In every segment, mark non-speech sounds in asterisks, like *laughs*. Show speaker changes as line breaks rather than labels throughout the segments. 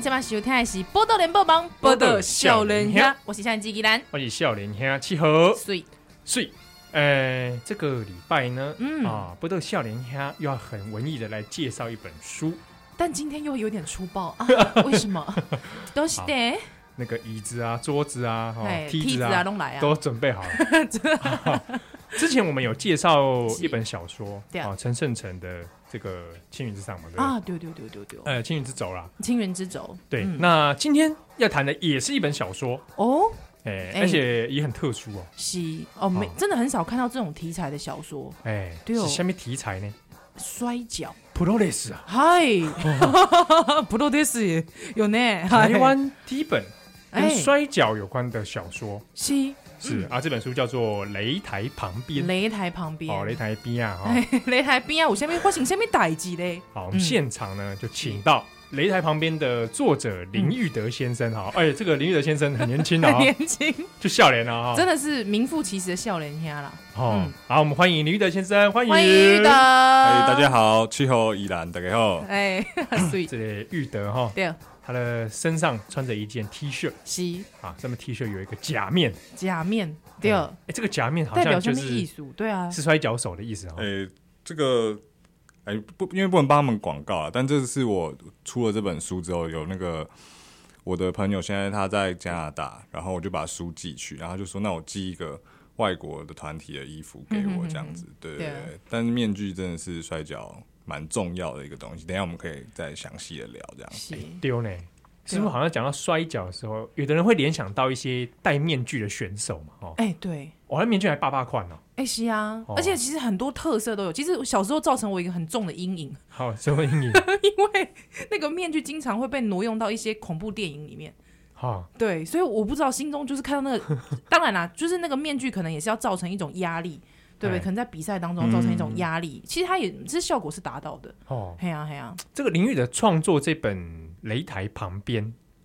即马收听的是《报道联播网》，报道少年兄，我是少年机器人，
欢迎笑脸兄七和
水
睡。呃，这个礼拜呢，
嗯
啊，不过笑脸兄又要很文艺的来介绍一本书，
但今天又有点粗暴
*laughs*
啊，为什么？都是的，
那个椅子啊、桌子啊、
哎
哦、
梯
子
子啊，弄来啊，
都准备好了。啊
*laughs*
*laughs* 之前我们有介绍一本小说
对，啊
啊，陈胜成的这个《青云之上》嘛，对不对？
啊，丢丢丢丢丢，
呃，《青云之走》啦，
青云之轴，
对。
嗯
那今天要谈的也是一本小说，
哦，
哎、
哎
而且也很特殊哦，
是哦，没
哦
真的很少看到这种题材的小说，
哎、
对哦
是下面题材呢
摔跤，
，Proless 啊，
嗨， *laughs* 不都得是有呢，嗨
哦台湾第一本跟
哎
摔跤有关的小说、
是
是啊，这本书叫做《擂台旁边》
擂台旁边，
哦，擂台边啊，
哎擂台边啊，有啥物发生啥物代志咧？
好，我
嗯
们现场呢就请到擂台旁边的作者林玉德先生哈，哎，这个林玉德先生很年轻
嗯
的啊
很
哈，
*laughs* 年轻，
就笑脸了哈
真，的是名副其实的笑脸兄啦，
哦
嗯，
好，我们欢迎林玉德先生，欢迎
欢迎的，
哎，
大
大家好，气候依然大家好。
哎， *laughs* 所以
这里玉德哈，
对，
他的身上穿着一件 T 恤
是
啊，上面 T 恤有一个假面，
假面对，
哎，这个假面好
代表
像
什
就
么艺
是
术？对啊，
是摔跤手的意思哈
哎、，这个哎、不，因为不能帮他们广告啊，但这是我出了这本书之后，有那个我的朋友现在他在加拿大，然后我就把书寄去，然后他就说那我寄一个外国的团体的衣服给
嗯哼
我
哼
这样子，对对
对啊
对。但是面具真的是摔跤蛮重要的一个东西，等一下我们可以再详细的聊这样。
是
丢呢。是不是好像讲到摔跤的时候，有的人会联想到一些戴面具的选手嘛？哦，
哎对。
我、哦、那面具还八八块呢。
哎、是啊，
哦
而且其实很多特色都有。其实小时候造成我一个很重的阴影，
好，什么阴影？
因为 *laughs* 那个面具经常会被挪用到一些恐怖电影里面。
*laughs* 哈、
对，所以我不知道心中就是看到那
*laughs*
个，当然啦，就是那个面具可能也是要造成一种压力，对不对？
哎嗯
可能在比赛当中造成一种压力，其实它也是效果是达到的。
哦，
嘿呀、嘿呀、
这个林玉的创作这本《擂台旁边》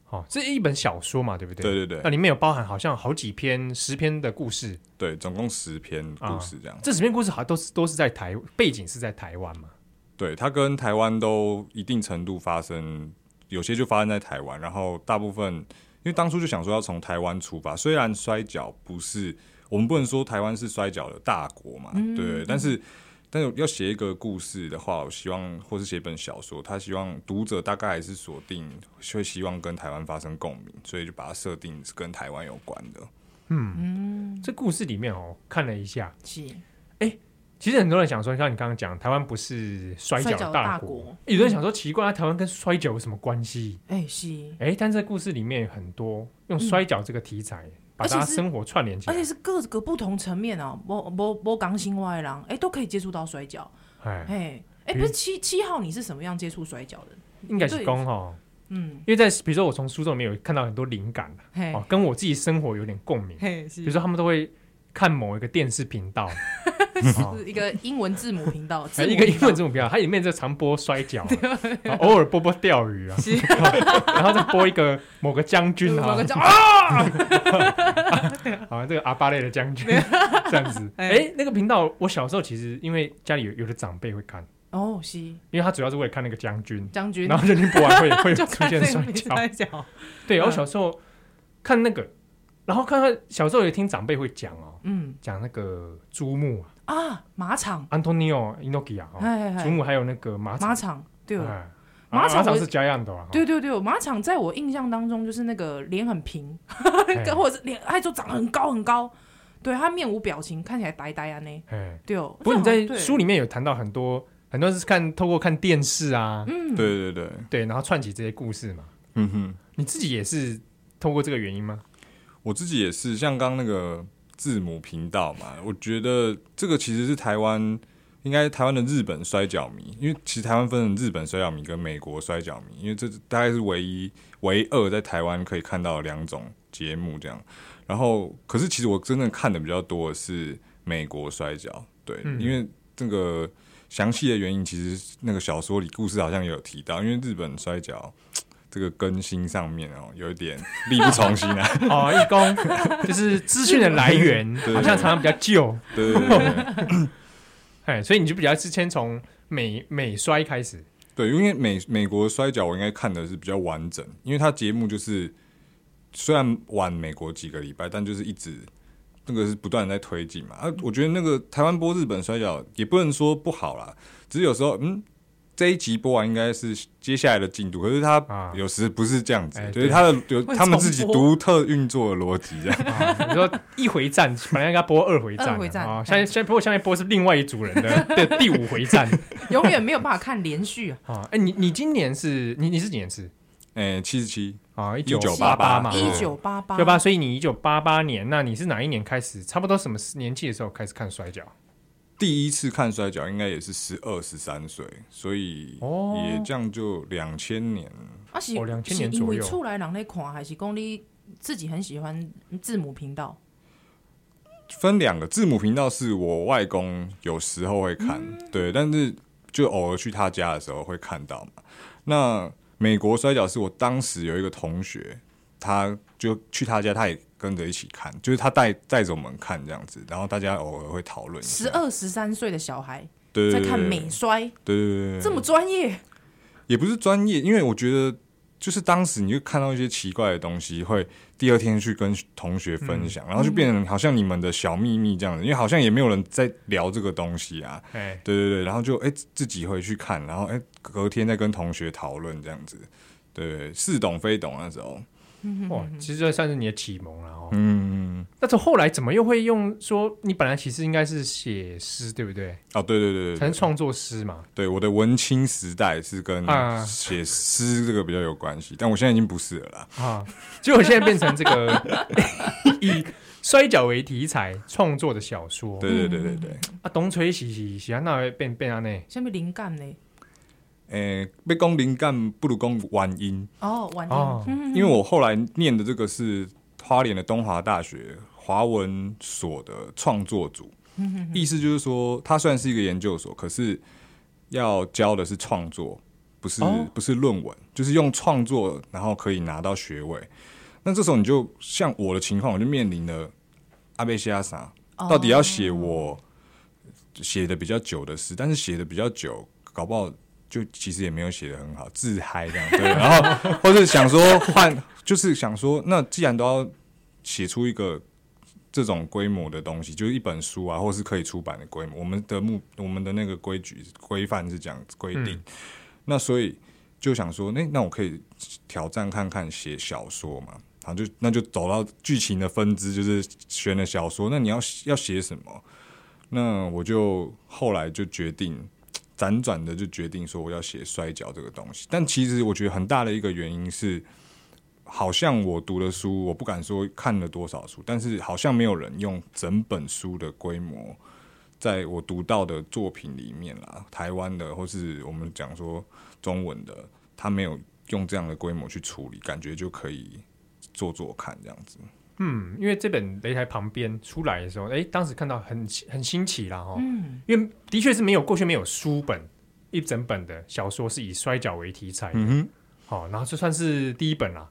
哦，这一本小说嘛，对不对？
对对对
那里面有包含好像好几篇、十篇的故事，
对，总共十篇故事这样。
这十篇故事好像都是都是在台，背景是在台湾嘛。
对，它跟台湾都一定程度发生，有些就发生在台湾，然后大部分因为当初就想说要从台湾出发，虽然摔跤不是我们不能说台湾是摔跤的大国嘛，对，但是。但是要写一个故事的话，我希望或是写一本小说，他希望读者大概还是锁定会希望跟台湾发生共鸣，所以就把它设定是跟台湾有关的。
这故事里面哦，看了一下，
是
其实很多人想说，像你刚刚讲，台湾不是摔跤
摔
的
跤大
国，
国
有的人想说奇怪，啊台湾跟摔跤有什么关系？
哎、是，
哎，但这故事里面很多用摔跤这个题材、把
嗯而且
大家
是
生活串联起
而且
来，
是各个不同层面啊，我我我刚新外郎，哎、都可以接触到摔跤。
哎，
哎哎、
比
不
如
是七七号，你是什么样接触摔跤的？
应该是
对
公哈。
嗯，
因为在比如说我从书中里面有看到很多灵感啊
嘿，
哦，跟我自己生活有点共鸣。
嘿，
比
是
如说他们都会看某一个电视
*laughs*
频道，哦哎
是一个英文字母频
*laughs*
道，字母
一个英文
频
字母频道，它里面就常播摔跤啊，哦偶尔播播钓鱼啊，
是
哦然后再播一个某个将军
道某
啊
个，叫啊，
好像这个阿巴类的将军这样子。
哎
哎，那个频道我小时候其实因为家里有有的长辈会看，
哦，是
因为他主要是为了看那个将军，
将 *laughs* 军
然，后就去播完会会
就
出
看
现
这
摔
个
跤。
摔跤，
对，
嗯
我小时候看那个，然后看看小时候也听长辈会讲哦，
嗯
讲那个珠穆啊
啊，马场，
，Antonio Inokia 哦，
哎
珠
哎，
穆还有那个马场，
马场，对哦，
哎
马
马
场
场
我
是家样的啊，
对对对，马场在我印象当中就是那个脸很平，*laughs*
哎
跟或者是脸，哎，就长得很高很高，对他面无表情，看起来呆呆啊呢，
哎，
对哦。
不过你在
对
书里面有谈到很多，很多是看透过看电视啊，
嗯，
对对对，
对，然后串起这些故事嘛，
嗯哼。
你自己也是透过这个原因吗？
我自己也是，像刚那个字母频道嘛，我觉得这个其实是台湾，应该是台湾的日本摔跤迷，因为其实台湾分成日本摔跤迷跟美国摔跤迷，因为这大概是唯一唯二在台湾可以看到的两种节目这样。然后，可是其实我真正看的比较多的是美国摔跤，对，
嗯
因为这个详细的原因，其实那个小说里故事好像也有提到，因为日本摔跤这个更新上面哦，有一点力不从心啊，
哦，义工
*laughs*
就是资讯的来源，
对
好像常常比较旧，
对对对对。
哎，所以你就比较是先从美美衰开始，
对，因为美美国摔跤我应该看的是比较完整，因为它节目就是虽然晚美国几个礼拜，但就是一直那个是不断地在推进嘛。啊，我觉得那个台湾播日本摔跤也不能说不好啦，只是有时候嗯。这一集播完应该是接下来的进度，可是
啊
它有时不是这样子，
哎
就是它的有
会
他们自己
重播
独特运作的逻辑这样。
啊 *laughs* 你说一回战，本来应该播二回战的，
二回战
啊，
嗯
现在现在播下面播是另外一组人
*laughs*
的的第五回战。
永远没有办法看连续啊
*laughs* 啊。哎，你你今年是你你是几年是
哎、七十七，
啊？一八
1988
嘛，
一九八八
对吧？所以你一九八八年，那你是哪一年开始？差不多什么年纪的时候开始看摔跤？
第一次看摔跤应该也是十二十三岁，所以
哦
也这样就两千年。
啊是
哦2000
是
年
因
左
为
右
出来人在看，还是讲你自己很喜欢字母频道？
嗯
分两个字母频道是我外公有时候会看，对，但是就偶尔去他家的时候会看到嘛。那美国摔跤是我当时有一个同学，他就去他家，他也跟着一起看，就是他带带着我们看这样子，然后大家偶尔会讨论一下
十二十三岁的小孩
对
在
对对
看美摔，
嗯
对对对对
这么专业，
也不是专业，因为我觉得就是当时你就看到一些奇怪的东西，会第二天去跟同学分享，然后就变成好像你们的小秘密这样子，因为好像也没有人在聊这个东西啊。
哎，
对对对，然后就哎、自己回去看，然后哎、隔天再跟同学讨论这样子。对，似懂非懂那时候，
嗯
哇，其实这算是你的启蒙了哦。
嗯，
但是后来怎么又会用说你本来其实应该是写诗对不对？
哦，对对对
才
对
能
对，
创作诗嘛。
对我的文青时代是跟
啊
写诗这个比较有关系，但我现在已经不是了啦。
啊，结果现在变成这个 *laughs* 以摔跤为题材创作的小说，
对对对对对，
啊，东吹西洗洗啊，那会变变啊那
下面灵感呢？
诶、被攻灵感不如攻玩音。
哦，晚安。
哦，
因为我后来念的这个是花莲的东华大学华文所的创作组，意思就是说，它虽然是一个研究所，可是要教的是创作，不是、
哦
不是论文，就是用创作，然后可以拿到学位。那这时候你就像我的情况，我就面临了阿贝西亚啥，到底要写我写的比较久的诗，但是写的比较久，搞不好就其实也没有写的很好，自嗨这样对。 *laughs* 然后或者想说换， *laughs* 就是想说，那既然都要写出一个这种规模的东西，就是一本书啊，或是可以出版的规模，我们的目我们的那个规矩规范是这样规定。那所以就想说，那、那我可以挑战看看写小说嘛。然后就那就走到剧情的分支，就是选了小说。那你要要写什么？那我就后来就决定，辗转的就决定说我要写摔跤这个东西。但其实我觉得很大的一个原因是，好像我读的书，我不敢说看了多少书，但是好像没有人用整本书的规模，在我读到的作品里面啦，台湾的或是我们讲说中文的，他没有用这样的规模去处理，感觉就可以做做看这样子。
嗯，因为这本擂台旁边出来的时候，哎，当时看到很很新奇啦哦，因为的确是没有过去没有书本一整本的小说是以摔跤为题材的，
嗯哼。
好、然后这算是第一本啦。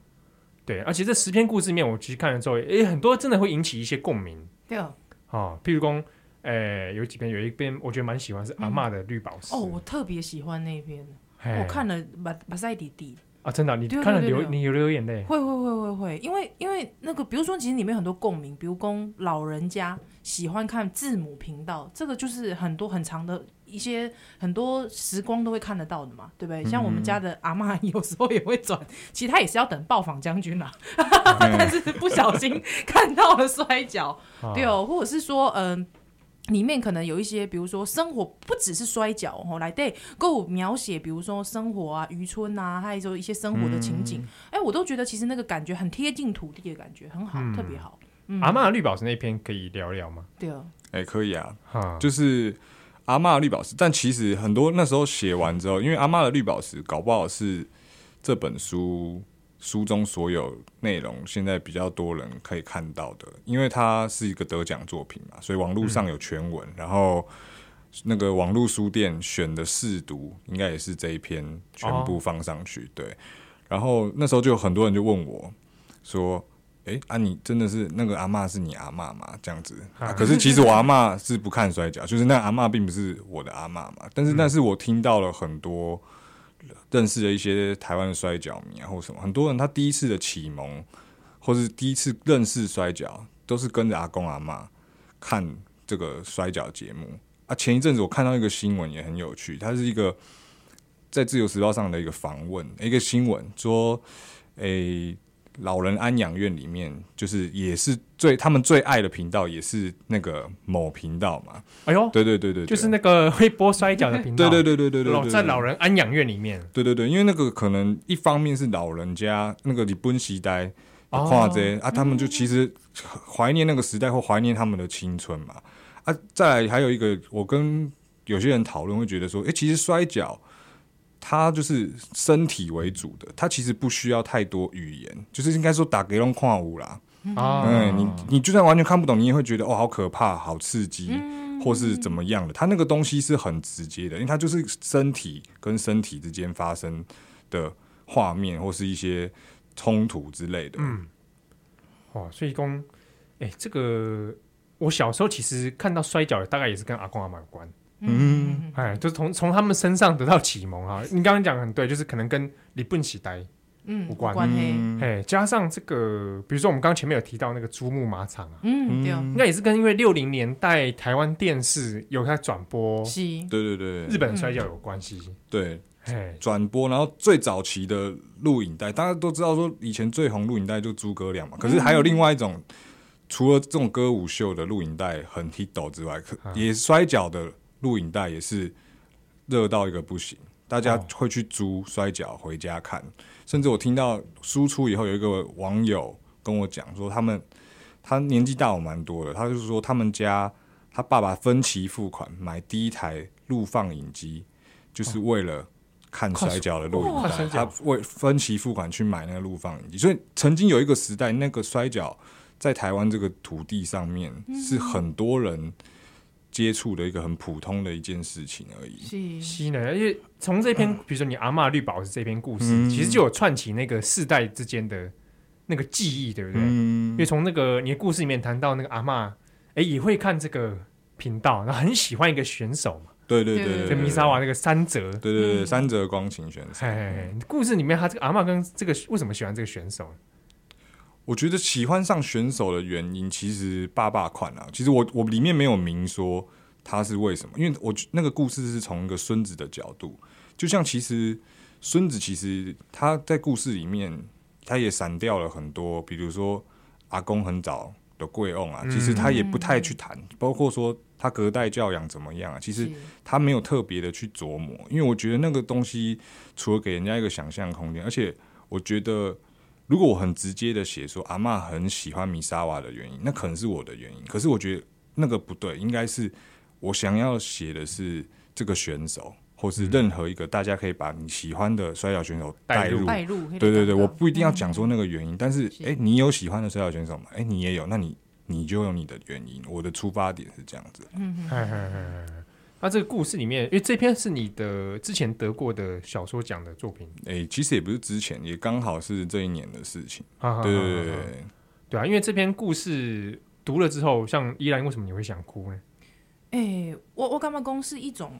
对，而且这十篇故事里面，我其实看了之后，诶，很多真的会引起一些共鸣
对哦，
啊、譬如说，诶，有几篇，有一篇我觉得蛮喜欢是阿嬷的绿宝石。
哦，我特别喜欢那篇，
嘿
我看了马马赛弟弟，
啊，真的啊，你
对对
看了
对
流，
对
你有流眼泪。
会会会会会，因为因为那个，比如说，其实里面很多共鸣，比如公老人家喜欢看字母频道，这个就是很多很长的一些很多时光都会看得到的嘛，对不对？像我们家的阿嬷 *laughs* 有时候也会转，其实她也是要等暴坊将军啦， *laughs* 但是不小心看到了摔跤，
啊
对哦，或者是说，嗯、里面可能有一些，比如说生活不只是摔跤哦，来对，够描写，比如说生活啊、渔村啊，还有说一些生活的情景，哎、我都觉得其实那个感觉很贴近土地的感觉，很好，
嗯
特别好。
阿嬷的绿宝石那篇可以聊聊吗？
对哦，
哎、可以啊，
哈，
就是阿嬷的绿宝石。但其实很多那时候写完之后，因为阿嬷的绿宝石搞不好是这本书书中所有内容现在比较多人可以看到的，因为它是一个得奖作品嘛，所以网络上有全文，然后。那个网络书店选的试读，应该也是这一篇全部放上去。对，然后那时候就有很多人就问我说：“诶，啊，你真的是那个阿嬷是你阿嬷吗？”这样子、啊可是其实我阿嬷是不看摔跤，就是那阿嬷并不是我的阿嬷嘛。但是那是我听到了很多认识了一些台湾的摔跤迷啊，或什么，很多人他第一次的启蒙，或是第一次认识摔跤，都是跟着阿公阿妈看这个摔跤节目啊。前一阵子我看到一个新闻也很有趣，它是一个在《自由时报》上的一个访问，一个新闻说，诶、老人安养院里面，就是也是最他们最爱的频道，也是那个某频道嘛。
哎呦，
对对对对对
就是那个会播摔跤的频道，
对对对对对对
老
对，
在
对
老人安养院里面，
对对对，因为那个可能一方面是老人家那个日本时代
哦
跨这啊，他们就其实怀念那个时代或怀念他们的青春嘛。啊，再来还有一个，我跟有些人讨论会觉得说，诶，其实摔跤它就是身体为主的，它其实不需要太多语言，就是应该说打给龙跨舞啦。
啊，
嗯，你你就算完全看不懂，你也会觉得哦，好可怕，好刺激，或是怎么样的。它那个东西是很直接的，因为它就是身体跟身体之间发生的画面或是一些冲突之类的。嗯，
哦，所以公，哎、这个我小时候其实看到摔跤，大概也是跟阿公阿妈有关，
嗯，
哎，就是从从他们身上得到启蒙啊。你刚刚讲得很对，就是可能跟李笨喜呆，
嗯，
无
无
关
关黑，
哎，加上这个，比如说我们刚刚前面有提到那个珠穆马场啊，
嗯，对，
应该也是跟因为六零年代台湾电视有在转播
是，
对对对
日本的摔跤有关系，
对
哎、
转播，然后最早期的录影带，大家都知道说以前最红录影带就诸葛亮嘛，可是还有另外一种。除了这种歌舞秀的录影带很 hit 抖之外，可也摔跤的录影带也是热到一个不行，大家
哦
会去租摔跤回家看。甚至我听到输出以后，有一个网友跟我讲说，他们他年纪大我蛮多的，他就是说他们家他爸爸分期付款买第一台录放影机，就是为了。看摔跤的录影
哦哇看
带，
摔跤
他为分期付款去买那个录放影机，所以曾经有一个时代，那个摔跤在台湾这个土地上面
嗯
是很多人接触的一个很普通的一件事情而已。
是，
西呢，而且从这篇，比如说你阿嬷绿宝石这篇故事，
嗯
其实就有串起那个世代之间的那个记忆，对不对？因
嗯
为，从那个你的故事里面谈到那个阿嬷，哎，也会看这个频道，然后很喜欢一个选手嘛，
对对
对
对，
就
对
米沙瓦，那个三泽。
对对对对，
嗯
三折光琴选手
嘿，嘿嘿故事里面他这个阿嬷跟这个为什么喜欢这个选手呢？
我觉得喜欢上选手的原因，其实爸爸款啊，其实我我里面没有明说他是为什么，因为我那个故事是从一个孙子的角度，就像其实孙子其实他在故事里面他也闪掉了很多，比如说阿公很早的贵翁啊，其实他也不太去谈，包括说他隔代教养怎么样啊，其实
是
他没有特别的去琢磨，因为我觉得那个东西除了给人家一个想象空间，而且我觉得如果我很直接的写说阿嬷很喜欢米沙瓦的原因，那可能是我的原因，可是我觉得那个不对，应该是我想要写的是这个选手。或是任何一个大家可以把你喜欢的摔跤选手带
嗯
入，
带入，那个
对对对，
广告
我不一定要讲说那个原因，但是
是
哎、诶你有喜欢的摔跤选手吗？哎、你也有，那你你就有你的原因。我的出发点是这样子，
嘿嘿嘿嘿嘿 *laughs* 那这个故事里面，因为这篇是你的之前得过的小说奖的作品，
哎、其实也不是之前，也刚好是这一年的事情。
对
对对对对，
对啊，因为这篇故事读了之后，像依然为什么你会想哭呢？ *laughs*
诶，我我感觉讲是一种，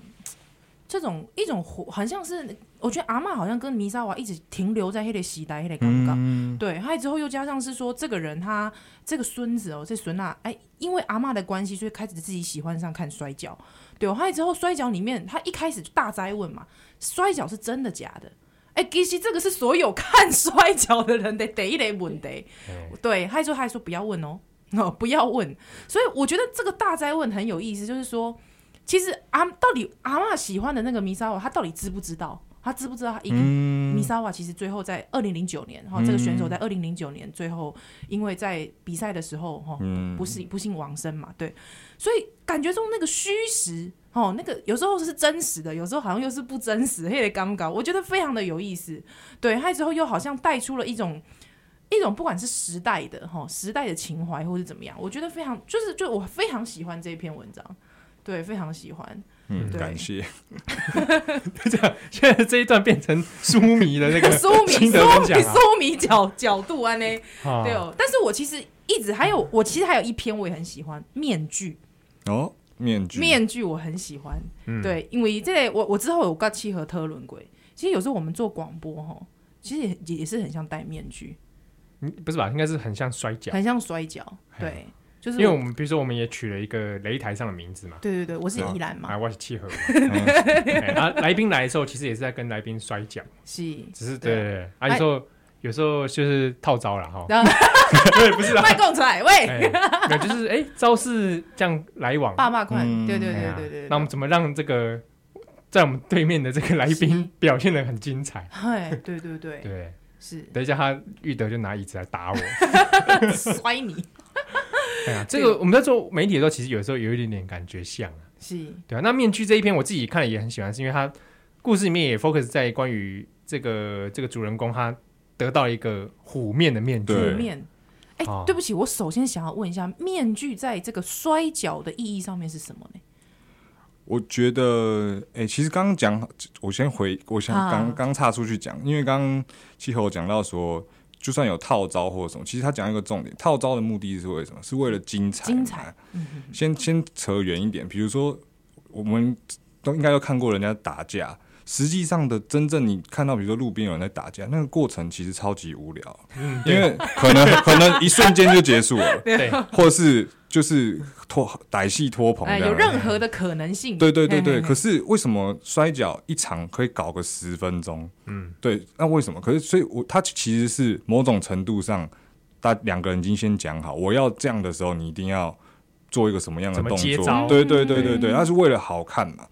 这种一种活，好像是我觉得阿嬷好像跟弥沙娃一直停留在黑个时代黑个广告。
嗯，
对，还有之后又加上是说，这个人他这个孙子哦，这孙啊，哎，因为阿嬷的关系，所以开始自己喜欢上看摔跤。对、哦，还有之后摔跤里面，他一开始就大灾问嘛，摔跤是真的假的？哎，其实这个是所有看摔跤的人的得一得问题。
哎
对，还有之后他还说不要问哦，哦，不要问。所以我觉得这个大灾问很有意思，就是说，其实阿到底阿嬷喜欢的那个弥沙娃，他到底知不知道？他知不知道他一个米沙瓦其实最后在二零零九年，哈、这个选手在二零零九年最后因为在比赛的时候，哈、不是不幸亡身嘛，对，所以感觉中那个虚实，哦，那个有时候是真实的，有时候好像又是不真实，嘿，刚刚我觉得非常的有意思，对，还有之后又好像带出了一种。一种不管是时代的哈时代的情怀，或是怎么样，我觉得非常就是就我非常喜欢这篇文章，对，非常喜欢。
嗯，
对
感谢。
这样现在这一段变成书迷的那个
*laughs* 苏米
心
苏
得分
米
享啊
苏米角角度安呢，
啊
对哦，但是我其实一直还有，我其实还有一篇我也很喜欢，《面具》
哦，面具，
嗯
面具我很喜欢，对，因为这个我我之后有跟契合特论过，其实有时候我们做广播哈，其实也也是很像戴面具，
嗯不是吧？应该是很像摔
*laughs*
跤，
很像摔跤，对，就是
哎因为我们比如说我们也取了一个擂台上的名字嘛，
对对对，我是
对啊
宜兰嘛
啊，，我是契合嘛。*laughs*
嗯
哎啊，来宾来的时候其实也是在跟来宾摔跤，
是。
只是
对
对
啊
对对，啊有时候有时候就是套招了哈，
然后
对， *laughs* 不是啦，
卖供出来，喂，
哎，没有就是哎招式这样来往，
爸爸款，
嗯
对对
哎
对
呀
啊对对，
那我们怎么让这个在我们对面的这个来
是哎
宾表现的很精彩？
嗨，对对对，
对， *laughs*
是
等一下他玉德就拿椅子来
*laughs*
打我。
摔你，
哎呀，这个我们在做媒体的时候，其实有时候有一点点感觉像啊，
是
对啊。那面具这一篇我自己看了也很喜欢，是因为它故事里面也 focus 在关于这个这个主人公他得到一个虎面的面具，
负
对
面。哎
哦，
对不起，我首先想要问一下，面具在这个摔跤的意义上面是什么呢？
我觉得，哎、其实刚刚讲，我先回，我想
啊
刚刚岔出去讲，因为刚刚气候讲到说，就算有套招或者什么，其实他讲一个重点，套招的目的是为什么？是为了精彩嘛。
精彩嗯
先先扯远一点，比如说我们都应该都看过人家打架，实际上的真正你看到，比如说路边有人在打架，那个过程其实超级无聊，
嗯，
因为
*laughs*
可能可能一瞬间就结束了，
对
或者是就是脱歹戏拖棚这
哎，
样。
有任何的可能性？
对对对
嘿
对，
嘿嘿
可是为什么摔跤一场可以搞个十分钟？
嗯，
对，那为什么？可是所以我，他其实是某种程度上，他两个人已经先讲好，我要这样的时候，你一定要做一个什么样的
怎么
动
接
作
招？嗯
对对对对
嗯
对，他是为了好看嘛。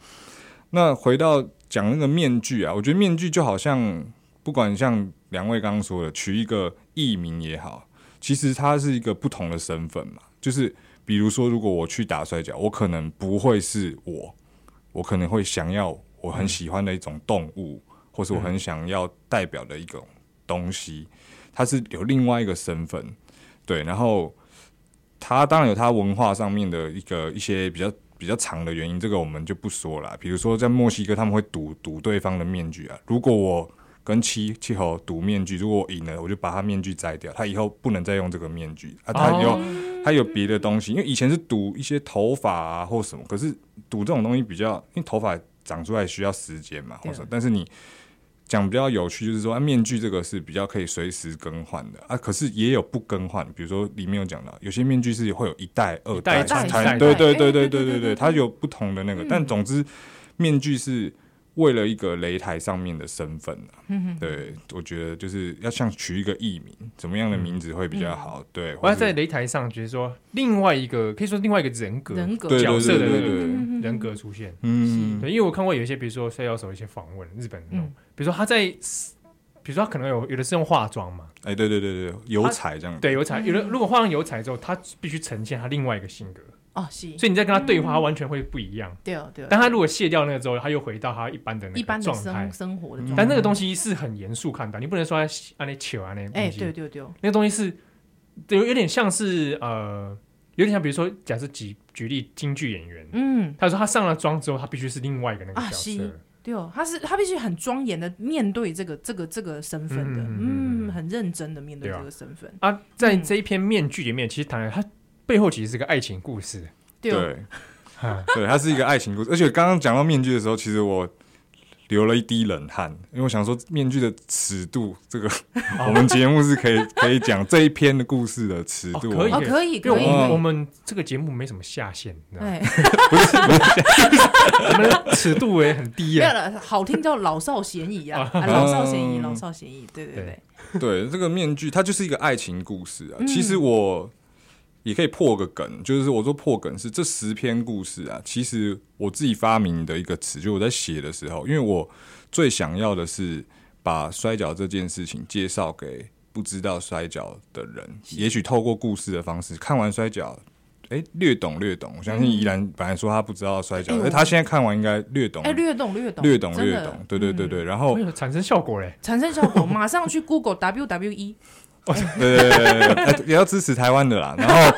那回到讲那个面具啊，我觉得面具就好像，不管像两位刚刚说的，取一个艺名也好，其实它是一个不同的身份嘛。就是比如说，如果我去打摔跤，我可能不会是我，我可能会想要我
嗯
很喜欢的一种动物，或是我很想要代表的一种东西，它是有另外一个身份。对，然后它当然有它文化上面的一个一些比较比较长的原因，这个我们就不说了。比如说在墨西哥，他们会赌赌对方的面具啊。如果我跟七七猴赌面具，如果我赢了，我就把他面具摘掉，他以后不能再用这个面具啊。他有、他有别的东西，因为以前是赌一些头发啊或什么，可是赌这种东西比较，因为头发长出来需要时间嘛，
对啊
或者但是你讲比较有趣，就是说、啊、面具这个是比较可以随时更换的啊，可是也有不更换，比如说里面有讲到，有些面具是会有一代、二
代
三
三代，
代
对
对对对
对对对
对
对对
对嗯
对，它有不同的那个，但总之面具是。为了一个擂台上面的身份啊，
嗯
对，我觉得就是要像取一个艺名，怎么样的名字会比较
嗯
好？对，
我
或
要
者
在擂台上觉得说另外一个可以说另外一个人格
人格嗯
对
角
对
色
对
的
对
那
对
个
对，
人格出现。
嗯，
对，因为我看过有一些，比如说摔跤手一些访问，日本那种
嗯，
比如说他在，比如说他可能有有的是用化妆嘛，
哎，对对对对，油彩这样，
对，有彩，有的
嗯
如果画上有彩之后，他必须呈现他另外一个性格，
哦，是，
所以你在跟他对话，他完全会不一样。
对哦嗯对哦，
但他如果卸掉那个之后，他又回到他一般的
一
那
般
个
的
状态
生。生活的
嗯
状态，
但那个东西是很严肃看待，你不能说他按那球啊那，
哎，对，对对，
那个东西是有有点像是呃，有点像比如说，假设举举例京剧演员，
嗯，
他说他上了妆之后，他必须是另外一个那个
啊
角色
是。对哦，他是他必须很庄严的面对这个这个这个身份的，
嗯嗯嗯
嗯，
嗯
很认真的面对
对啊
这个身份，
啊，在
嗯
这一篇面具里面，其实谈它背后其实是个爱情故事。啊
对哦，
哈
对，它是一个爱情故事。而且刚刚讲到面具的时候，其实我流了一滴冷汗，因为我想说面具的尺度，这个 *laughs* 我们节目是可以可以讲这一篇的故事的尺度
哦
哦，
可以
哦可以
因
可
为
以
我
哦
们
可
我
以，
们这个节目没什么下限，你知道吗？
*laughs* 哎，
我们的尺度也很低
没有
啊。
了，好听叫老少咸宜
*laughs*
啊，啊老少咸宜，老少咸宜，对对对
对，
对，这个面具它就是一个爱情故事啊。
嗯
其实我也可以破个梗，就是我说破梗是这十篇故事啊，其实我自己发明的一个词，就我在写的时候，因为我最想要的是把摔跤这件事情介绍给不知道摔跤的人，也许透过故事的方式，看完摔跤。哎，略懂略懂，我相信怡然本来说他不知道摔跤
哎，呦
而他现在看完应该略懂
哎，略懂略懂，
略懂
真
略
的嗯
懂，对对对对。然后
没有哎产生效果嘞，
产生效果，马上去 Google E， WWE，
对对对对对对，也要支持台湾的啦。然后，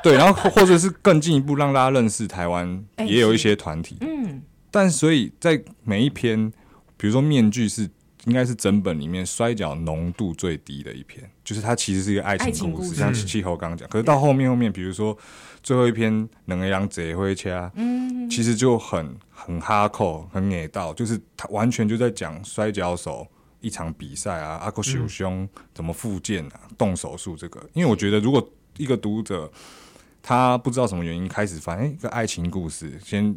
对，然后或或者是更进一步让大家认识台湾，
哎
也有一些团体。
嗯，
但所以在每一篇，比如说面具是应该是整本里面摔跤浓度最低的一篇，就是它其实是一个爱
爱
情
情
故
故事
事，
嗯
像气候刚刚讲。可是到后面后面，比如说最后一篇《能个样贼会掐》，
嗯，
其实就很很哈扣，很野到，就是他完全就在讲摔跤手一场比赛啊，阿克手胸怎么复健啊，动手术这个。因为我觉得，如果一个读者他不知道什么原因开始翻，哎、一个爱情故事，先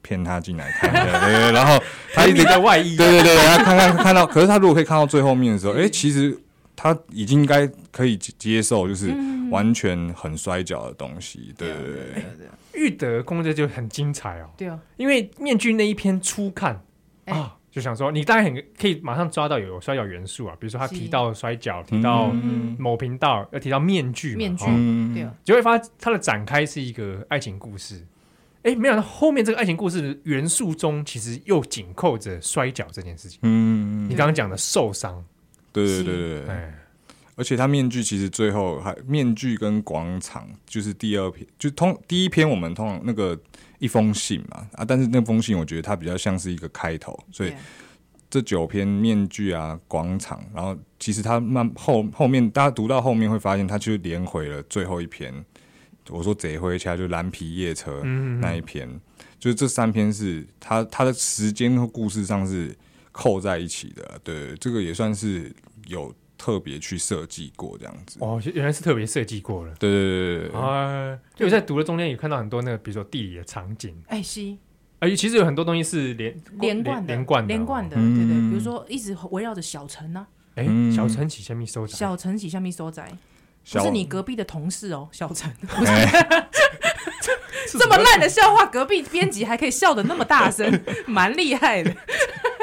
骗他进来看一下，对对对然后他
他
一
一
直
直在外溢，
对对对，他看看看到，可是他如果可以看到最后面的时候，哎、其实他已经应该可以接接受，就是完全很摔跤的东西，对对对。
对对
玉德攻略就很精彩哦。
对啊，
因为面具那一篇初看
哎
啊，就想说你大概很可以马上抓到有摔跤元素啊，比如说他
是
提到摔跤，提到
嗯
某频道，呃要提到面具嘛，
面具
哦
嗯
对啊，
就会发现它的展开是一个爱情故事。哎，没想到后面这个爱情故事元素中，其实又紧扣着摔跤这件事情。
嗯，
你刚刚讲的受伤，
对
是
对对对对，
哎，
而且他面具其实最后还面具跟广场就是第二篇，就通第一篇我们通常那个一封信嘛啊，但是那封信我觉得它比较像是一个开头，所以
对啊
这九篇面具啊广场，然后其实它慢后后面大家读到后面会发现，它就连回了最后一篇，我说贼回家就蓝皮夜车
嗯
那一篇，就是这三篇是它它的时间和故事上是扣在一起的，对，这个也算是有特别去设计过这样子。
哦，原来是特别设计过了。
对对对对对
哦
对，
啊，就我在读的中间有看到很多那个，比如说地理的场景，
哎西
而且其实有很多东西是连
连贯的
连贯的
连
哦
贯的，对对，
嗯
比如说一直围绕着小陈啊，
哎、
嗯
小陈起先密收窄，
小陈几下面所在，不
小
是你隔壁的同事哦，小陈，
哎
是
这么烂的笑话，隔壁编辑还可以笑得那么大声，蛮厉害的，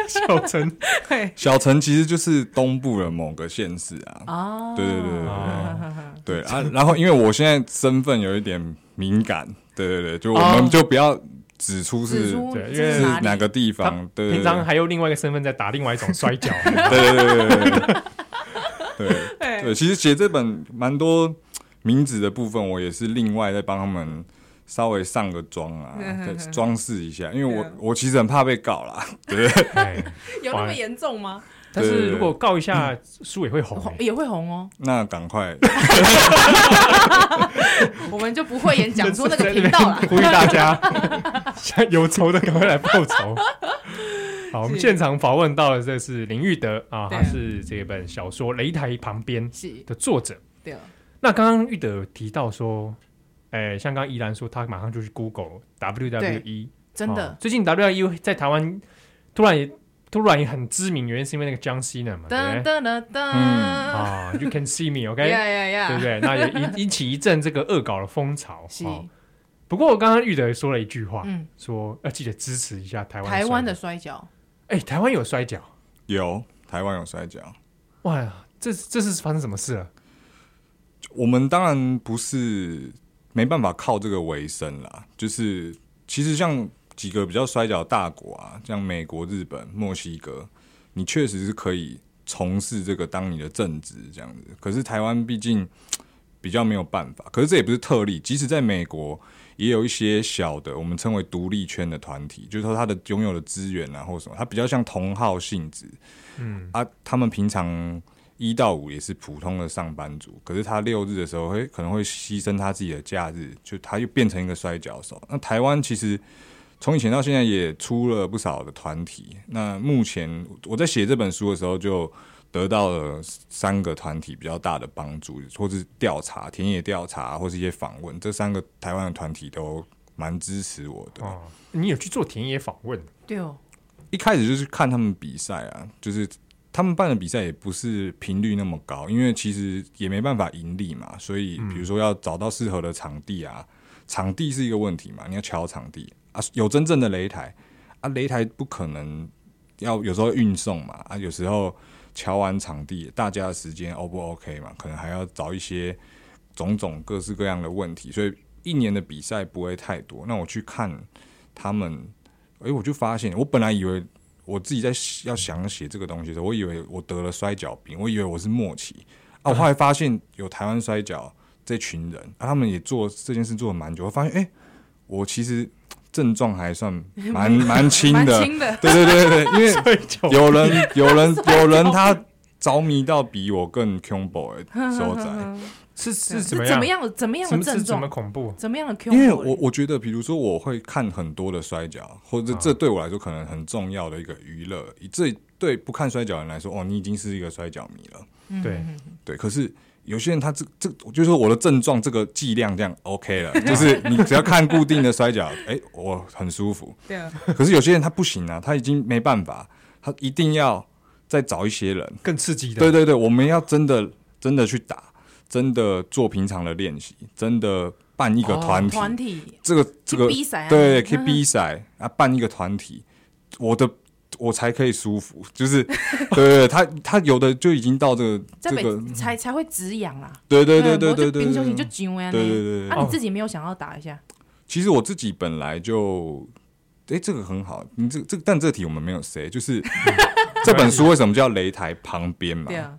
什么小陈，
*laughs* 对
小陈其实就是东部的某个县市啊，
啊，
对对
*laughs*
对对对
哦
对啊，然后因为我现在身份有一点敏感，对对对，就我
哦
们就不要指出
指
是
出
对
这
因为
是
是
哪里
哪个地方，对对
平常
对
还有另外一个身份在打另外一种摔跤，
对对对对对对对
对
对，其实写这本蛮多名字的部分，我也是另外在帮他们。稍微上个妆啊，对，装饰一下，因为我
嗯
我其实很怕被告啦，对 *laughs* 对 *laughs* 对？
哎
有那么严重吗？
但
对对
是
对
如果告一下，书也会红、
红
哎
也会红哦，
*laughs* 那赶快，
我们就不会演讲说那
*laughs*
个频道啦。
呼吁大家，现在有仇的赶快来报
*laughs*
仇。好，我们
是
现场访问到的这是林玉德啊，
对
他是这本小说《擂台旁边》
是，
的作者。
对啊，
那刚刚玉德有提到说，哎、像刚刚依然说，他马上就去 Google WWE
真
哦
的，
最近 WWE 在台湾突然也突然也很知名，原因是因为那个江西呢嘛，对
噔
不对？
噔噔噔，
啊、y o u can see me，OK，、
呀呀呀，
对不对？那也引引起一阵这个恶搞的风潮。
是，
哦不过我刚刚玉德也说了一句话，
嗯，
说要记得支持一下台湾。
台湾的，摔跤，
哎，台湾有摔跤，
有台湾有摔跤，
哇呀，这这是发生什么事了？
我们当然不是没办法靠这个为生啦，就是其实像几个比较摔跤的大国啊，像美国、日本、墨西哥，你确实是可以从事这个当你的正职这样子。可是台湾毕竟比较没有办法，可是这也不是特例，即使在美国。也有一些小的，我们称为独立圈的团体，就是说它的拥有的资源啊，或什么，它比较像同号性质。嗯啊，他们平常一到五也是普通的上班族，可是他六日的时候会可能会牺牲他自己的假日，就他又变成一个摔跤手。那台湾其实从以前到现在也出了不少的团体，那目前我在写这本书的时候就。得到了三个团体比较大的帮助，或是调查、田野调查，或是一些访问，这三个台湾的团体都蛮支持我的。
哦，你有去做田野访问？
对哦，
一开始就是看他们比赛啊，就是他们办的比赛也不是频率那么高，因为其实也没办法盈利嘛，所以比如说要找到适合的场地啊，场地是一个问题嘛，你要瞧场地啊，有真正的擂台啊，擂台不可能要有时候运送嘛啊，有时候瞧完场地，大家的时间 O 不 OK 嘛，可能还要找一些种种各式各样的问题，所以一年的比赛不会太多。那我去看他们诶，我就发现，我本来以为我自己在要想写这个东西的时候，我以为我得了摔跤病，我以为我是末期啊。我后来发现有台湾摔跤这群人，啊、他们也做这件事做了蛮久，我发现，诶，我其实症状还算蛮蛮轻
蛮
的，
轻的，
对对 *laughs* 对对，因为
摔跤
有人有人有人他着迷到比我更恐怖的时候在，
是是怎
啊是
么
怎么
样？
样怎么样
什
的
么是
症
怎么
状？
恐怖？
怎么样的 Q？
因为我我觉得，比如说我会看很多的摔跤，或者
啊
这对我来说可能很重要的一个娱乐。这对不看摔跤的人来说，哦，你已经是一个摔跤迷了。
对
嗯
对，可是有些人他这这，就是说我的症状这个剂量这样 OK 了，就是你只要看固定的摔跤，哎、我很舒服。
对啊，
可是有些人他不行啊，他已经没办法，他一定要再找一些人。
更刺激的，
对对对，我们要真的真的去打，真的做平常的练习，真的办一个
哦
团体。
团体
这个这个
去比赛啊
对，
嗯
可以比赛啊，办一个团体，我的我才可以舒服，就是对对对，他他有的就已经到这个
在
这
北
个，
才才会止痒啦。啊
对对对对
我就
对对
平常
对
你就
对，
紧为啊，
对对对对
啊，
哦
你自己没有想要打一下？
其实我自己本来就。哎，这个很好，你这这但这题我们没有谁，就是
*laughs*
这本书为什么叫擂台旁边嘛
对？啊，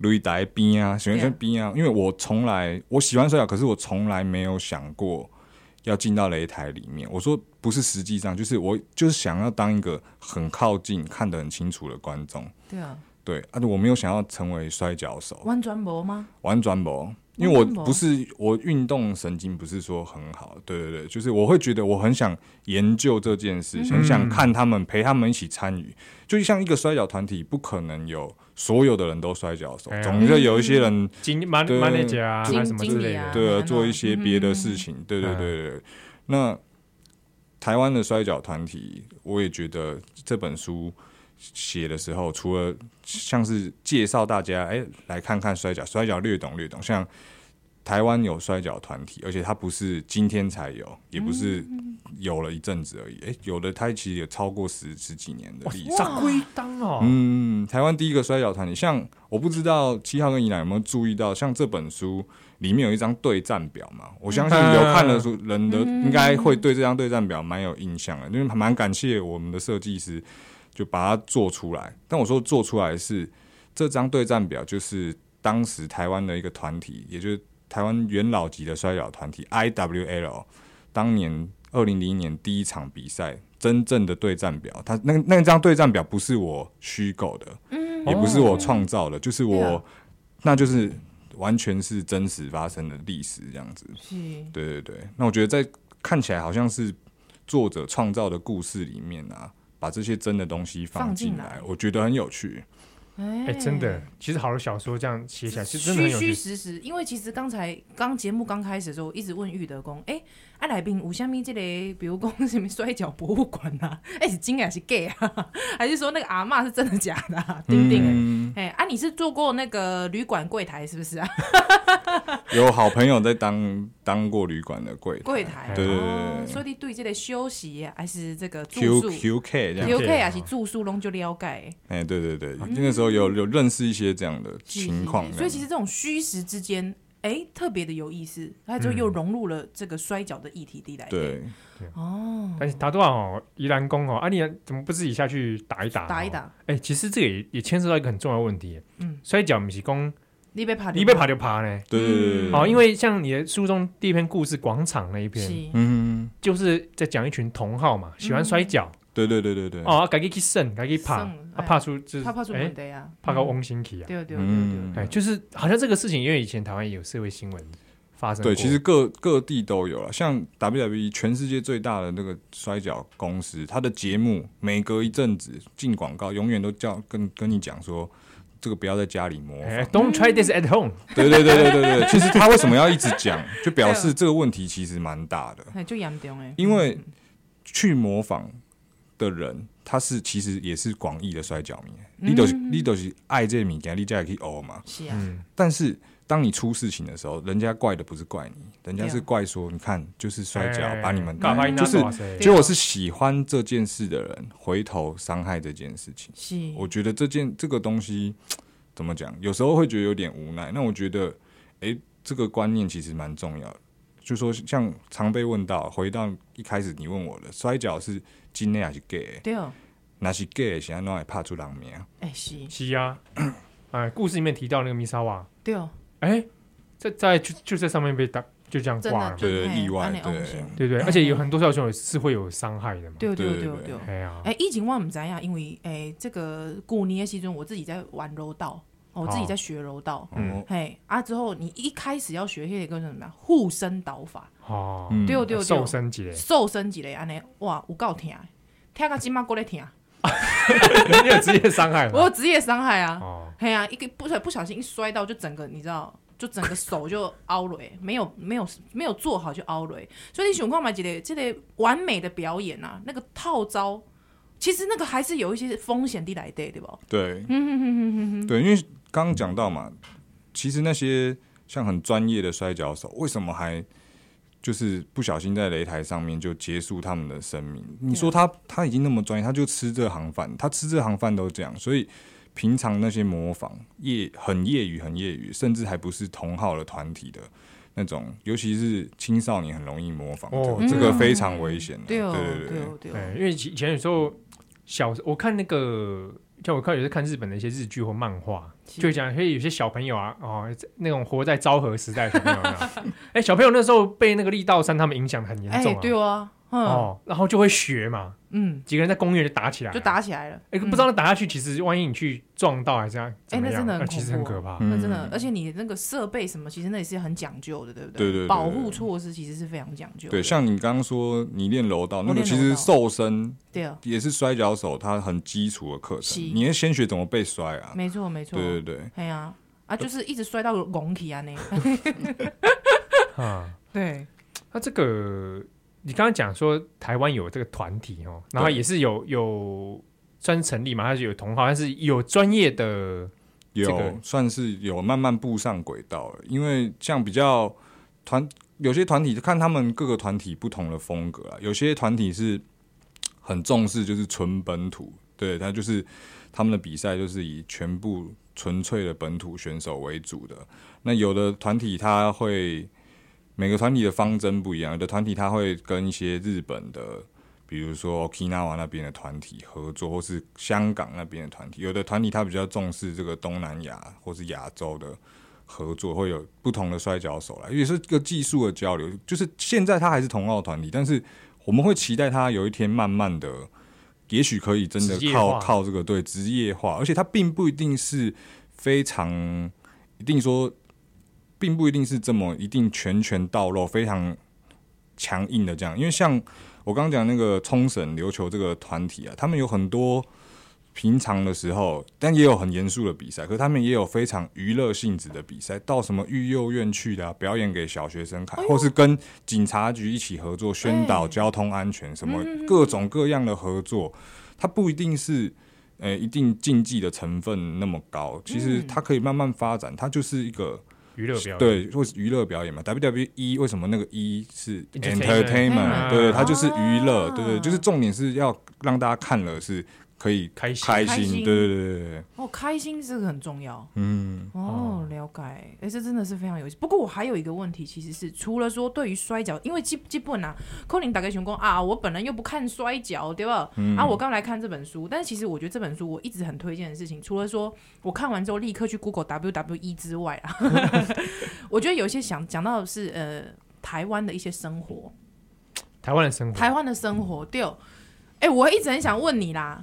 擂台边啊，喜欢
对啊
选边啊，因为我从来我喜欢摔啊跤，可是我从来没有想过要进到擂台里面。我说不是，实际上就是我就是想要当一个很靠近、看得很清楚的观众。
对啊，
对，啊，我没有想要成为摔跤手， *laughs*
弯转博吗？
玩转博，因为我不是我运动神经不是说很好。对对对，就是我会觉得我很想研究这件事，很想看他们，陪他们一起参与。就像一个摔跤团体，不可能有所有的人都摔跤手
哎，呀
总是有一些人。
经 man
对
manager 啊，
经
还是什么之
经理
类
啊
的，
对，
那
做
种
一些别的事情，对对
嗯
对对。那台湾的摔跤团体，我也觉得这本书写的时候，除了像是介绍大家，哎、来看看摔跤，摔跤略懂略懂，像。台湾有摔跤团体，而且它不是今天才有，也不是
嗯
有了一阵子而已。哎、有的它其实也超过十十几年的历史。
上归当哦，
嗯，台湾第一个摔跤团体，像我不知道七号跟怡兰有没有注意到，像这本书里面有一张对战表嘛，我相信有看的书人的应该会对这张对战表蛮有印象的，因为蛮感谢我们的设计师就把它做出来。但我说做出来是这张对战表，就是当时台湾的一个团体，也就是台湾元老级的摔跤团体 IWL，当年二零零一年第一场比赛真正的对战表，它那那张对战表不是我虚构的，
嗯，
也不是我创造的，就是我，
对啊
那就是完全是真实发生的历史这样子。
是
对对对，那我觉得在看起来好像是作者创造的故事里面啊，把这些真的东西
放进
进
来
我觉得很有趣。
哎
哎，真的，其实好的小说这样写起来是真
虚
的很有
虚
趣，
实实，因为其实刚才刚节目刚开始的时候，我一直问玉德公，哎、啊来宾有虾米这类，比如讲什么摔跤博物馆啊，哎、是真的还 *laughs* 是 gay 啊，还是说那个阿嬷是真的假的、啊？丁丁、
嗯，
哎、啊，你是做过那个旅馆柜台是不是啊？
有好朋友在当当过旅馆的柜台
柜台，
对对对
哦，
对
所以你对这类休息啊还是这个住宿
Q Q K 这样，
留 K 啊还是住宿拢就了解。
哎、对对对，
哦
那时候有有认识一些这样的情况，
所以其实这种虚实之间，哎、特别的有意思，它就又融入了这个摔跤的议题地来。，
嗯对，
哦，
但是打多少哦，宜兰公哦，啊，你怎么不自己下去打一打？
打一。打，
哎，其实这个也也牵涉到一个很重要的问题，
嗯
摔跤不是讲
你被爬，
你被爬就爬呢。
对对对对对，
哦，因为像你的书中第一篇故事《广场》那一篇，
是，
嗯，
就是在讲一群同好嘛，喜欢摔跤
对对对对对，
哦，赶紧去胜，赶紧爬，
嗯胜
啊，
哎
爬出就是
怕怕出
哎
问题啊，
怕个
嗯
翁心奇啊，
对对对对
嗯
对，
哎，就是好像这个事情，因为以前台湾也有社会新闻发生过，
对，其实各各地都有了，像 WWE 全世界最大的那个摔跤公司，它的节目每隔一阵子进广告，永远都叫跟跟你讲说，这个不要在家里模
哎
仿。
，Don't try this at home，
对对对对对对，其实他为什么要一直讲，就表示这个问题其实蛮大的，
哎就严重哎，
因为去模仿的人，他是其实也是广义的摔跤迷，
嗯
你都是你都是爱这物件，你才可以学嘛。
是啊，
嗯，
但是当你出事情的时候，人家怪的不是怪你，人家
对啊嗯
是怪说，你看就是摔跤
哎
把你们
大
打
白
败，
那
就是
多少
结果是喜欢这件事的人回头伤害这件事情。
是，
我觉得这件这个东西怎么讲，有时候会觉得有点无奈。那我觉得，诶，这个观念其实蛮重要的。就说像常被问到，回到一开始你问我的，摔跤是金内还是 gay？
对哦，
那是 gay，现在弄来怕出人命。
哎是，
是啊，哎，故事里面提到那个米沙瓦，
对哦，
哎，在在就就在上面被打，就这样
真
挂
的
了嘛，
对对
嘿
意外
安尼
对
翁心 *laughs*
对不对？而且有很多小熊是会有伤害的嘛，
对对
对
对
对
对。
哎呀，
哎，以前我唔知啊，因为诶，这个过年的时阵，我自己在玩柔道，哦我自己
哦
在学柔道。
嗯
嘿啊，之后你一开始要学迄个叫做什么啊护身导法，
哦，
*laughs*
嗯
对对
瘦
对，
身节， *laughs*
瘦身一个安尼，哇，有够疼的，疼到今嘛过来
*laughs*
疼，
你有职业伤害
我
吗？
有职业伤害啊。
哦，
嘿啊，一个不小不小心一摔到，就整个你知道，就整个手就凹了，欸没有没有没有做好就凹了。欸所以你想看嘛，这个这个完美的表演啊，那个套招，其实那个还是有一些风险的来的，对吧？
对，对，因为刚刚讲到嘛，其实那些像很专业的摔跤手，为什么还就是不小心在擂台上面就结束他们的生命？你说他他已经那么专业，他就吃这行饭，他吃这行饭都这样，所以平常那些模仿业很业余、很业余，甚至还不是同号的团体的。那种，尤其是青少年很容易模仿，
哦
这个这个
嗯
非常危险、啊。
对哦，
对
对哦，对
对，
哦，
因为以前有时候小我看那个，像我看有时看日本的一些日剧或漫画，
是
就会讲，所以有些小朋友啊，哦，那种活在昭和时代的小朋友
*laughs*
啊，哎，小朋友那时候被那个力道山他们影响得很严
哎
重啊，，
对啊，嗯
哦，然后就会学嘛，
嗯，
几个人在公园就打起来，
就打，起来了，
哎，
嗯
不知道那打下去，其实万一你去撞到还是要怎么
哎那
样，
真的很
那其实很
恐怖
可
哦
怕，
那真的
嗯，
而且你那个设备什么，其实那也是很讲究的，对不对？
对对对
保护措施其实是非常讲究的。
对，像你刚刚说你练柔道，
哦我
那个
练
其
柔
实
道
瘦身
对啊，
也是摔跤手他很基础的课
是
程，你要先学怎么被摔啊。
没错没错，
对对对，
哎呀，啊，就是一直摔到拱起啊那。嗯
啊，
对，
那这个你刚刚讲说台湾有这个团体哦，然后
对
也是有有。算是成立嘛？它是有同好，但是有专业的
有、
这个
算是有慢慢步上轨道了，因为像比较团有些团体，就看他们各个团体不同的风格啊，有些团体是很重视就是纯本土，对，他就是他们的比赛就是以全部纯粹的本土选手为主的。那有的团体他会每个团体的方针不一样，有的团体他会跟一些日本的。比如说 Okinawa 那边的团体合作，或是香港那边的团体，有的团体他比较重视这个东南亚或是亚洲的合作，会有不同的摔跤手来，也是个技术的交流。就是现在他还是同奥团体，但是我们会期待他有一天慢慢的，也许可以真的
职业化
靠靠这个对职业化，而且他并不一定是非常一定说，并不一定是这么一定拳拳到肉，非常强硬的这样，因为像。我刚刚讲那个冲绳琉球这个团体啊，他们有很多平常的时候，但也有很严肃的比赛，可是他们也有非常娱乐性质的比赛，到什么育幼院去的、啊，表演给小学生看，或是跟警察局一起合作宣导
哎
交通安全，什么各种各样的合作，它不一定是。呃，一定竞技的成分那么高，其实它可以慢慢发展，它就是一个
娱乐表演，
对，或是娱乐表演嘛。WWE 为什么那个一、是
Entertainment
entertainment？对，啊它就是娱乐，
啊
对对，就是重点是要让大家看了是可以
开心
开
开心
心，对对对对对，
哦，开心这个很重要。
嗯，
哦
哦，
了解，哎、这真的是非常有意思。不过我还有一个问题，其实是除了说对于摔跤，因为基基本啊，柯林打开熊工啊，我本人又不看摔跤，对吧？啊，我刚来看这本书，但是其实我觉得这本书我一直很推荐的事情，除了说我看完之后立刻去 Google WWE 之外啊， *laughs* 我觉得有一些想讲到的是呃台湾的一些生活，
台湾的生活，
台湾的生活对哦。哎、我一直很想问你啦，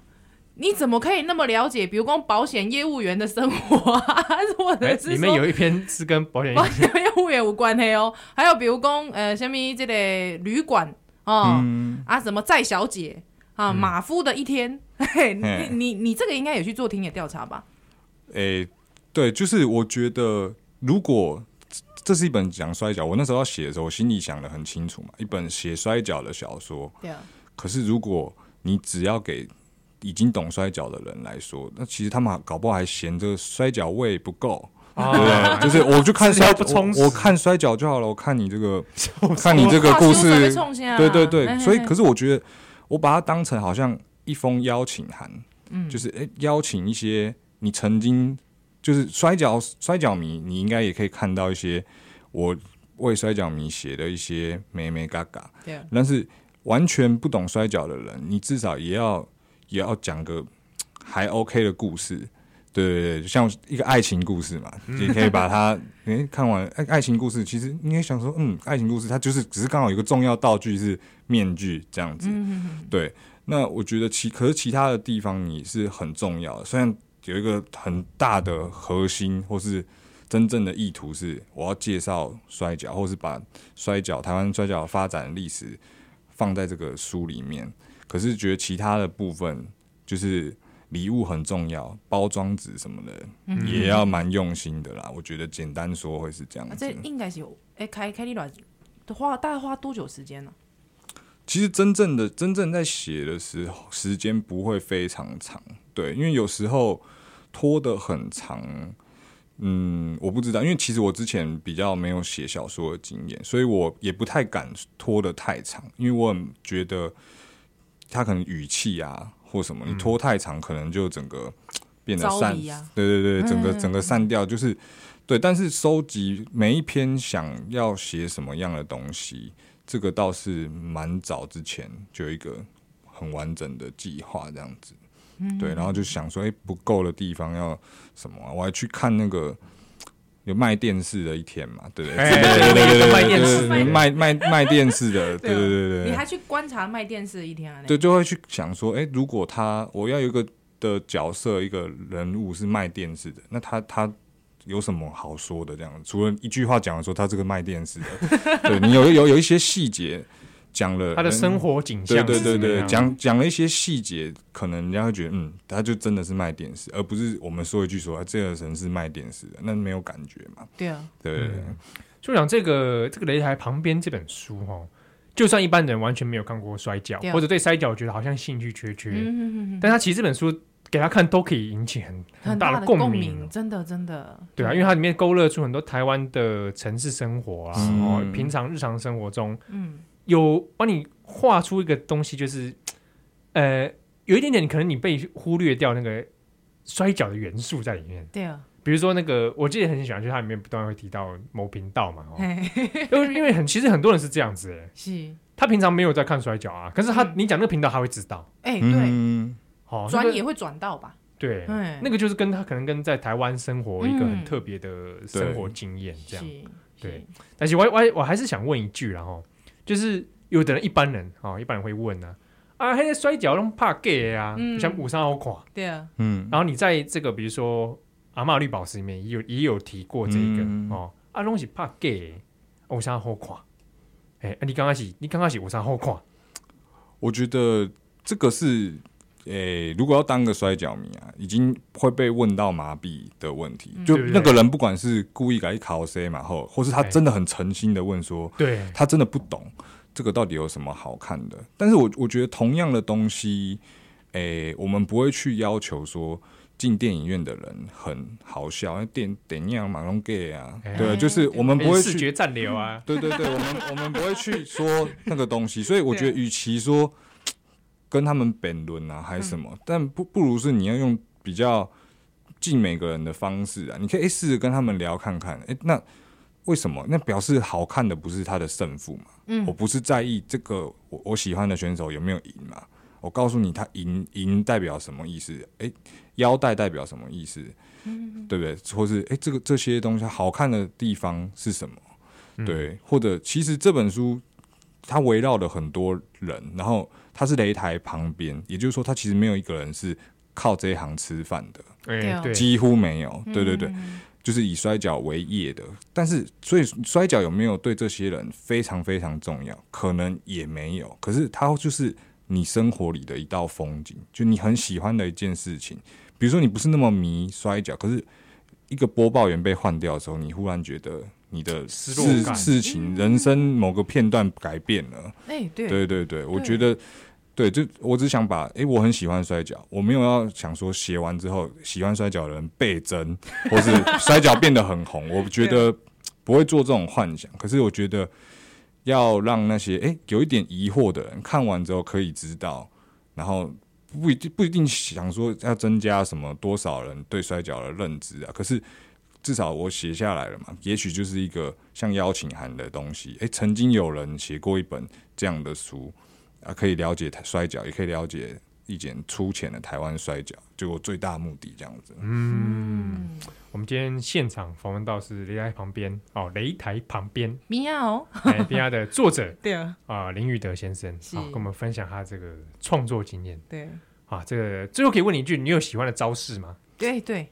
你怎么可以那么了解，比如光保险业务员的生活、啊， *laughs* 或
哎
者是
里面
说
有一篇是跟保险
保 *laughs* 险业务员有关的哦？还有比如讲呃，什么这个旅馆哦、
嗯
啊，什么寨小姐啊，马夫的一天，嘿
嘿
你你你这个应该有去做田野调查吧？
诶，对，就是我觉得如果这是一本讲摔跤，我那时候要写的时候，我心里想的很清楚嘛，一本写摔跤的小说，
对啊，
可是如果你只要给已经懂摔跤的人来说，那其实他们搞不好还嫌这个摔跤味不够，
啊，
*laughs* 对，就是我就看
资料
摔
不充实
我，我看摔跤就好了。我看你这
哦
个，看你这个故
我靠
事
修身被，冲下啊
对对对。
嘿
所以，
嘿
可是我觉得我把它当成好像一封邀请函，
嗯
就是诶、邀请一些你曾经就是摔跤摔跤迷，你应该也可以看到一些我为摔跤迷写的一些美美嘎嘎。
对啊
但是完全不懂摔跤的人，你至少也要也要讲个还 OK 的故事，对对对，就像一个爱情故事嘛，你可以把它 *laughs* 诶、看完哎爱爱情故事，其实你也想说，嗯，爱情故事它就是只是刚好有一个重要道具是面具这样子，对。那我觉得其可是其他的地方你是很重要的，虽然有一个很大的核心或是真正的意图是我要介绍摔跤，或是把摔跤台湾摔跤发展历史放在这个书里面，可是觉得其他的部分就是礼物很重要，包装纸什么的、
嗯
也要蛮用心的啦。我觉得简单说会是这样
啊，
子。
这应该是有哎，开开立软花大概花多久时间呢、
其实真正的真正在写的时候，时间不会非常长，对，因为有时候拖得很长，嗯，我不知道，因为其实我之前比较没有写小说的经验，所以我也不太敢拖得太长，因为我很觉得他可能语气啊或什么，你拖太长，可能就整个变得
嗯着
散
迷啊，
对对对，整个整个散掉就是对，但是收集每一篇想要写什么样的东西，这个倒是蛮早之前就有一个很完整的计划这样子。
嗯
对，然后就想说，哎、不够的地方要什么、啊？我还去看那个有卖电视的一天嘛，对不对？
哎
对对对对对
卖电视
对对对卖卖卖电
*laughs*
视的，对对对对，
你还去观察卖电视的一天啊？那
对，就会去想说，诶，如果他我要有一个的角色，一个人物是卖电视的，那他他有什么好说的？这样，除了一句话讲说他这个卖电视的，对你有有有一些细节讲了
他的生。
嗯
活景
对
象
对
是
对
怎么
对，
样
讲讲了一些细节，可能人家会觉得，嗯，他就真的是卖电视，而不是我们说一句说，啊、这个人是卖电视的，那没有感觉嘛？
对啊，
对对对
嗯就讲这个这个擂台旁边这本书哦，就算一般人完全没有看过摔跤
对，啊
或者对摔跤觉得好像兴趣缺缺，
嗯，
但他其实这本书给他看都可以引起很
很
大
的
共哦
鸣，。真的真的。
对啊，因为它里面勾勒出很多台湾的城市生活啊，
嗯
哦，平常日常生活中
嗯，
有帮你画出一个东西，就是呃，有一点点可能你被忽略掉那个摔跤的元素在里面。
对啊，
比如说那个，我记得很喜欢，就是它里面不断会提到某频道嘛，哦，
嘿，
因为因为很其实很多人是这样子、欸，
是，
他平常没有在看摔跤啊，可是他、
嗯
你讲那个频道他会知道，
哎，对，
嗯，
哦，那
转
个
也会转到吧？
对，
嗯
那个就是跟他可能跟在台湾生活一个很
嗯
特别的生活经验这
是
样。，
是
对，但是我我我还是想问一句啦吼，就是有的人一般人哦，一般人会问啊，啊，那个摔跤拢怕 gay 啊，
嗯
像五三好垮。
对啊，
嗯
然后你在这个比如说《阿嬷绿宝石》里面也有也有提过这一个、
嗯
哦，啊，拢是怕 gay，五三好垮。哎、啊你刚开始你刚开始五三好
*laughs*
垮，
我觉得这个是，诶、如果要当个摔跤迷啊，已经会被问到麻痹的问题。就
嗯
对不对
那个人不管是故意来考 C 嘛，后或是他
哎
真的很诚心的问说，
对，
他真的不懂这个到底有什么好看的。但是我我觉得同样的东西，诶、我们不会去要求说进电影院的人很好笑，那电电影马龙 gay 啊，
哎
对，就是我们
我
不会
哎视
去
觉暂留啊，
对对对，我们我们不会去说那个东西，所以我觉得，与其说嘖跟他们辩论啊，还是什么，
嗯
但不不如是你要用比较近每个人的方式啊，你可以诶试着跟他们聊看看，哎、那为什么？那表示好看的不是他的胜负嘛？
嗯
我不是在意这个我我喜欢的选手有没有赢嘛？我告诉你，他赢赢代表什么意思？哎、腰带代表什么意思？对不对？或是哎、诶这个这些东西好看的地方是什么？对，或者其实这本书它围绕了很多人，然后它是擂台旁边，也就是说，它其实没有一个人是靠这一行吃饭的，
哎、
对啊
对，
几乎没有。对对对，
嗯
就是以摔跤为业的，但是所以摔跤有没有对这些人非常非常重要？可能也没有，可是它就是你生活里的一道风景，就你很喜欢的一件事情。比如说你不是那么迷摔跤，可是一个播报员被换掉的时候，你忽然觉得你的
失
事
落感嗯
事情、人生某个片段改变了。
哎，对，
对对对，我觉得。对，就我只想把，诶，我很喜欢摔跤，我没有要想说写完之后喜欢摔跤的人倍增，或是摔跤变得很红，我觉得不会做这种幻想。可是我觉得要让那些诶有一点疑惑的人看完之后可以知道，然后不一定不一定想说要增加什么多少人对摔跤的认知啊，可是至少我写下来了嘛，也许就是一个像邀请函的东西。诶，曾经有人写过一本这样的书啊，可以了解摔跤，也可以了解一点粗浅的台湾摔跤，就我最大目的这样子。
嗯，我们今天现场访问到是擂台旁边哦，擂台旁边
米娅哦，
哎， *laughs* 边的作者
对啊，
啊、林玉德先生，
是
好、跟我们分享他这个创作经验
对
啊。这个最后可以问你一句，你有喜欢的招式吗？
对对，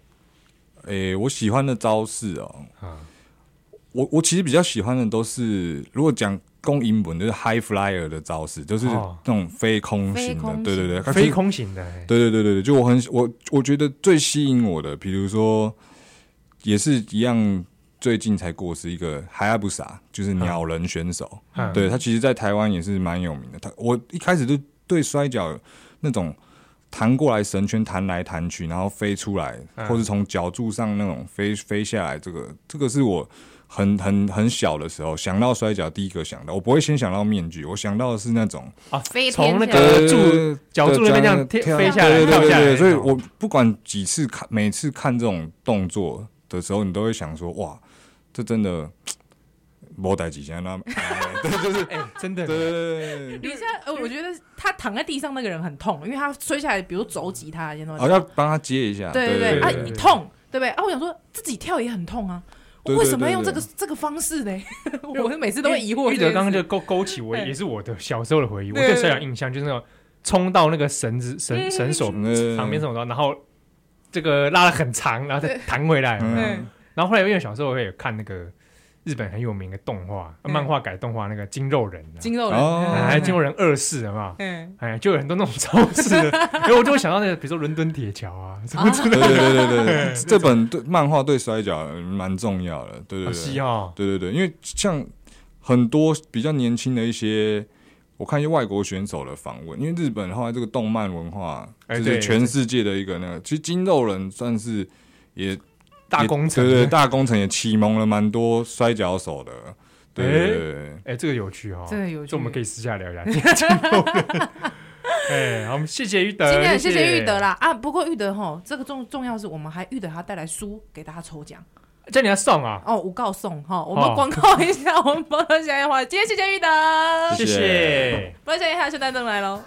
诶、我喜欢的招式哦，
啊，
我我其实比较喜欢的都是，如果讲攻英文就是 high flyer 的招式，就是
哦
那种飞空
飞
型的，
空型
对对对，
飞空型的、哎
对对对对对，就我很我我觉得最吸引我的，比如说也是一样，最近才过世一个海阿布萨，就是鸟人选手，
嗯
对他其实，在台湾也是蛮有名的。他我一开始就对摔跤那种弹过来神圈弹来弹去，然后飞出来，
嗯
或是从脚柱上那种飞飞下来，这个这个是我很很很小的时候想到摔跤第一个想到，我不会先想到面具，我想到的是那种
啊，
飞
从那
天下来
个柱
呃
脚柱那边这样
对
跳飞下来，
对对
跳
对
下来
对，
那种，
所以我不管几次看，每次看这种动作的时候，你都会想说，哇，这真的没带几下那，对
哎、真的
对对对对，
等一下，呃，我觉得他躺在地上那个人很痛，因为他摔下来，比如肘击他，先
哦，要帮他接一下，
对
对
对啊，
对
你痛，对不对？啊，我想说自己跳也很痛啊，我
对对
为什么要
对
用这
对
个这个方式
*laughs*
呢？
为
我每次都会疑惑
玉
这件事。
德刚刚就勾勾起我，
对
也是我的小时候的回忆。我
对
对摔跤印象就是那种冲到那个绳子绳
嗯
绳索
嗯
旁边什么的，然后这个拉的很长，然后再弹回来。有
嗯
没有
对
然后后来因为小时候我也有看那个日本很有名的动画、
嗯
漫画改动画那个《筋肉人》啊，
筋肉人，
哦
哎，
哎
《筋肉人二世》好不好？
嗯，
哎，就有很多那种招式的，然后我就会想到那个，比如说伦敦铁桥
*laughs*
啊，什么之类
对对对对对，这本对漫画对摔跤蛮重要的，对
的
对
西
对，
哦，
对对对，因为像很多比较年轻的一些。我看一些外国选手的访问，因为日本后来这个动漫文化，
哎
就
对
是全世界的一个那个，其实筋肉人算是也
大
也
工程，
对对，大工程也启蒙了蛮多摔跤手的，对
哎
对对对
哎，这个有趣哦，
真的有趣。
这我们可
以
以私下聊一下。 *laughs* 筋肉人哎，好，我们谢谢玉德，
今天很呃谢谢玉德。啦啊！不过玉德哈，这个重重要是我们还玉德还带来书给大家抽奖
这你要送啊，
哦，五告送哈，我
哦
们广告一下，我们播到下一话。今天谢谢玉德，
谢
谢
谢
谢。
播到下一话，圣诞灯来喽。